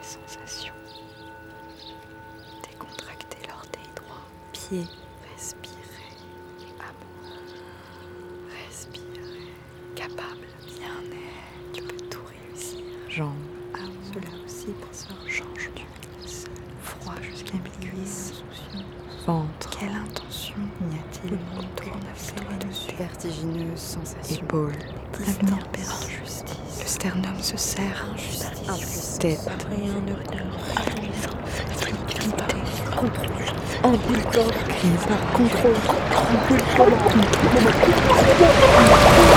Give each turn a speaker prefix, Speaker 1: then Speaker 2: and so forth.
Speaker 1: sensations. Décontractez l'orteil droit. Pied. Respirez. Amour. Respirez. Capable. Bien-être. Tu peux tout réussir. Jambes. Amour. Cela aussi pour ça. Change du sol. Froid jusqu'à mes cuisses. Ventre. Quelle intention N'y a-t-il Le monde tourne dessus.
Speaker 2: Vertigineuse sensation.
Speaker 1: Épaule.
Speaker 2: L'avenir
Speaker 1: perd. Injustice. Le sternum se serre. Injustice. Tête.
Speaker 2: Rien ne
Speaker 1: Contrôle. Contrôle. Contrôle. Contrôle.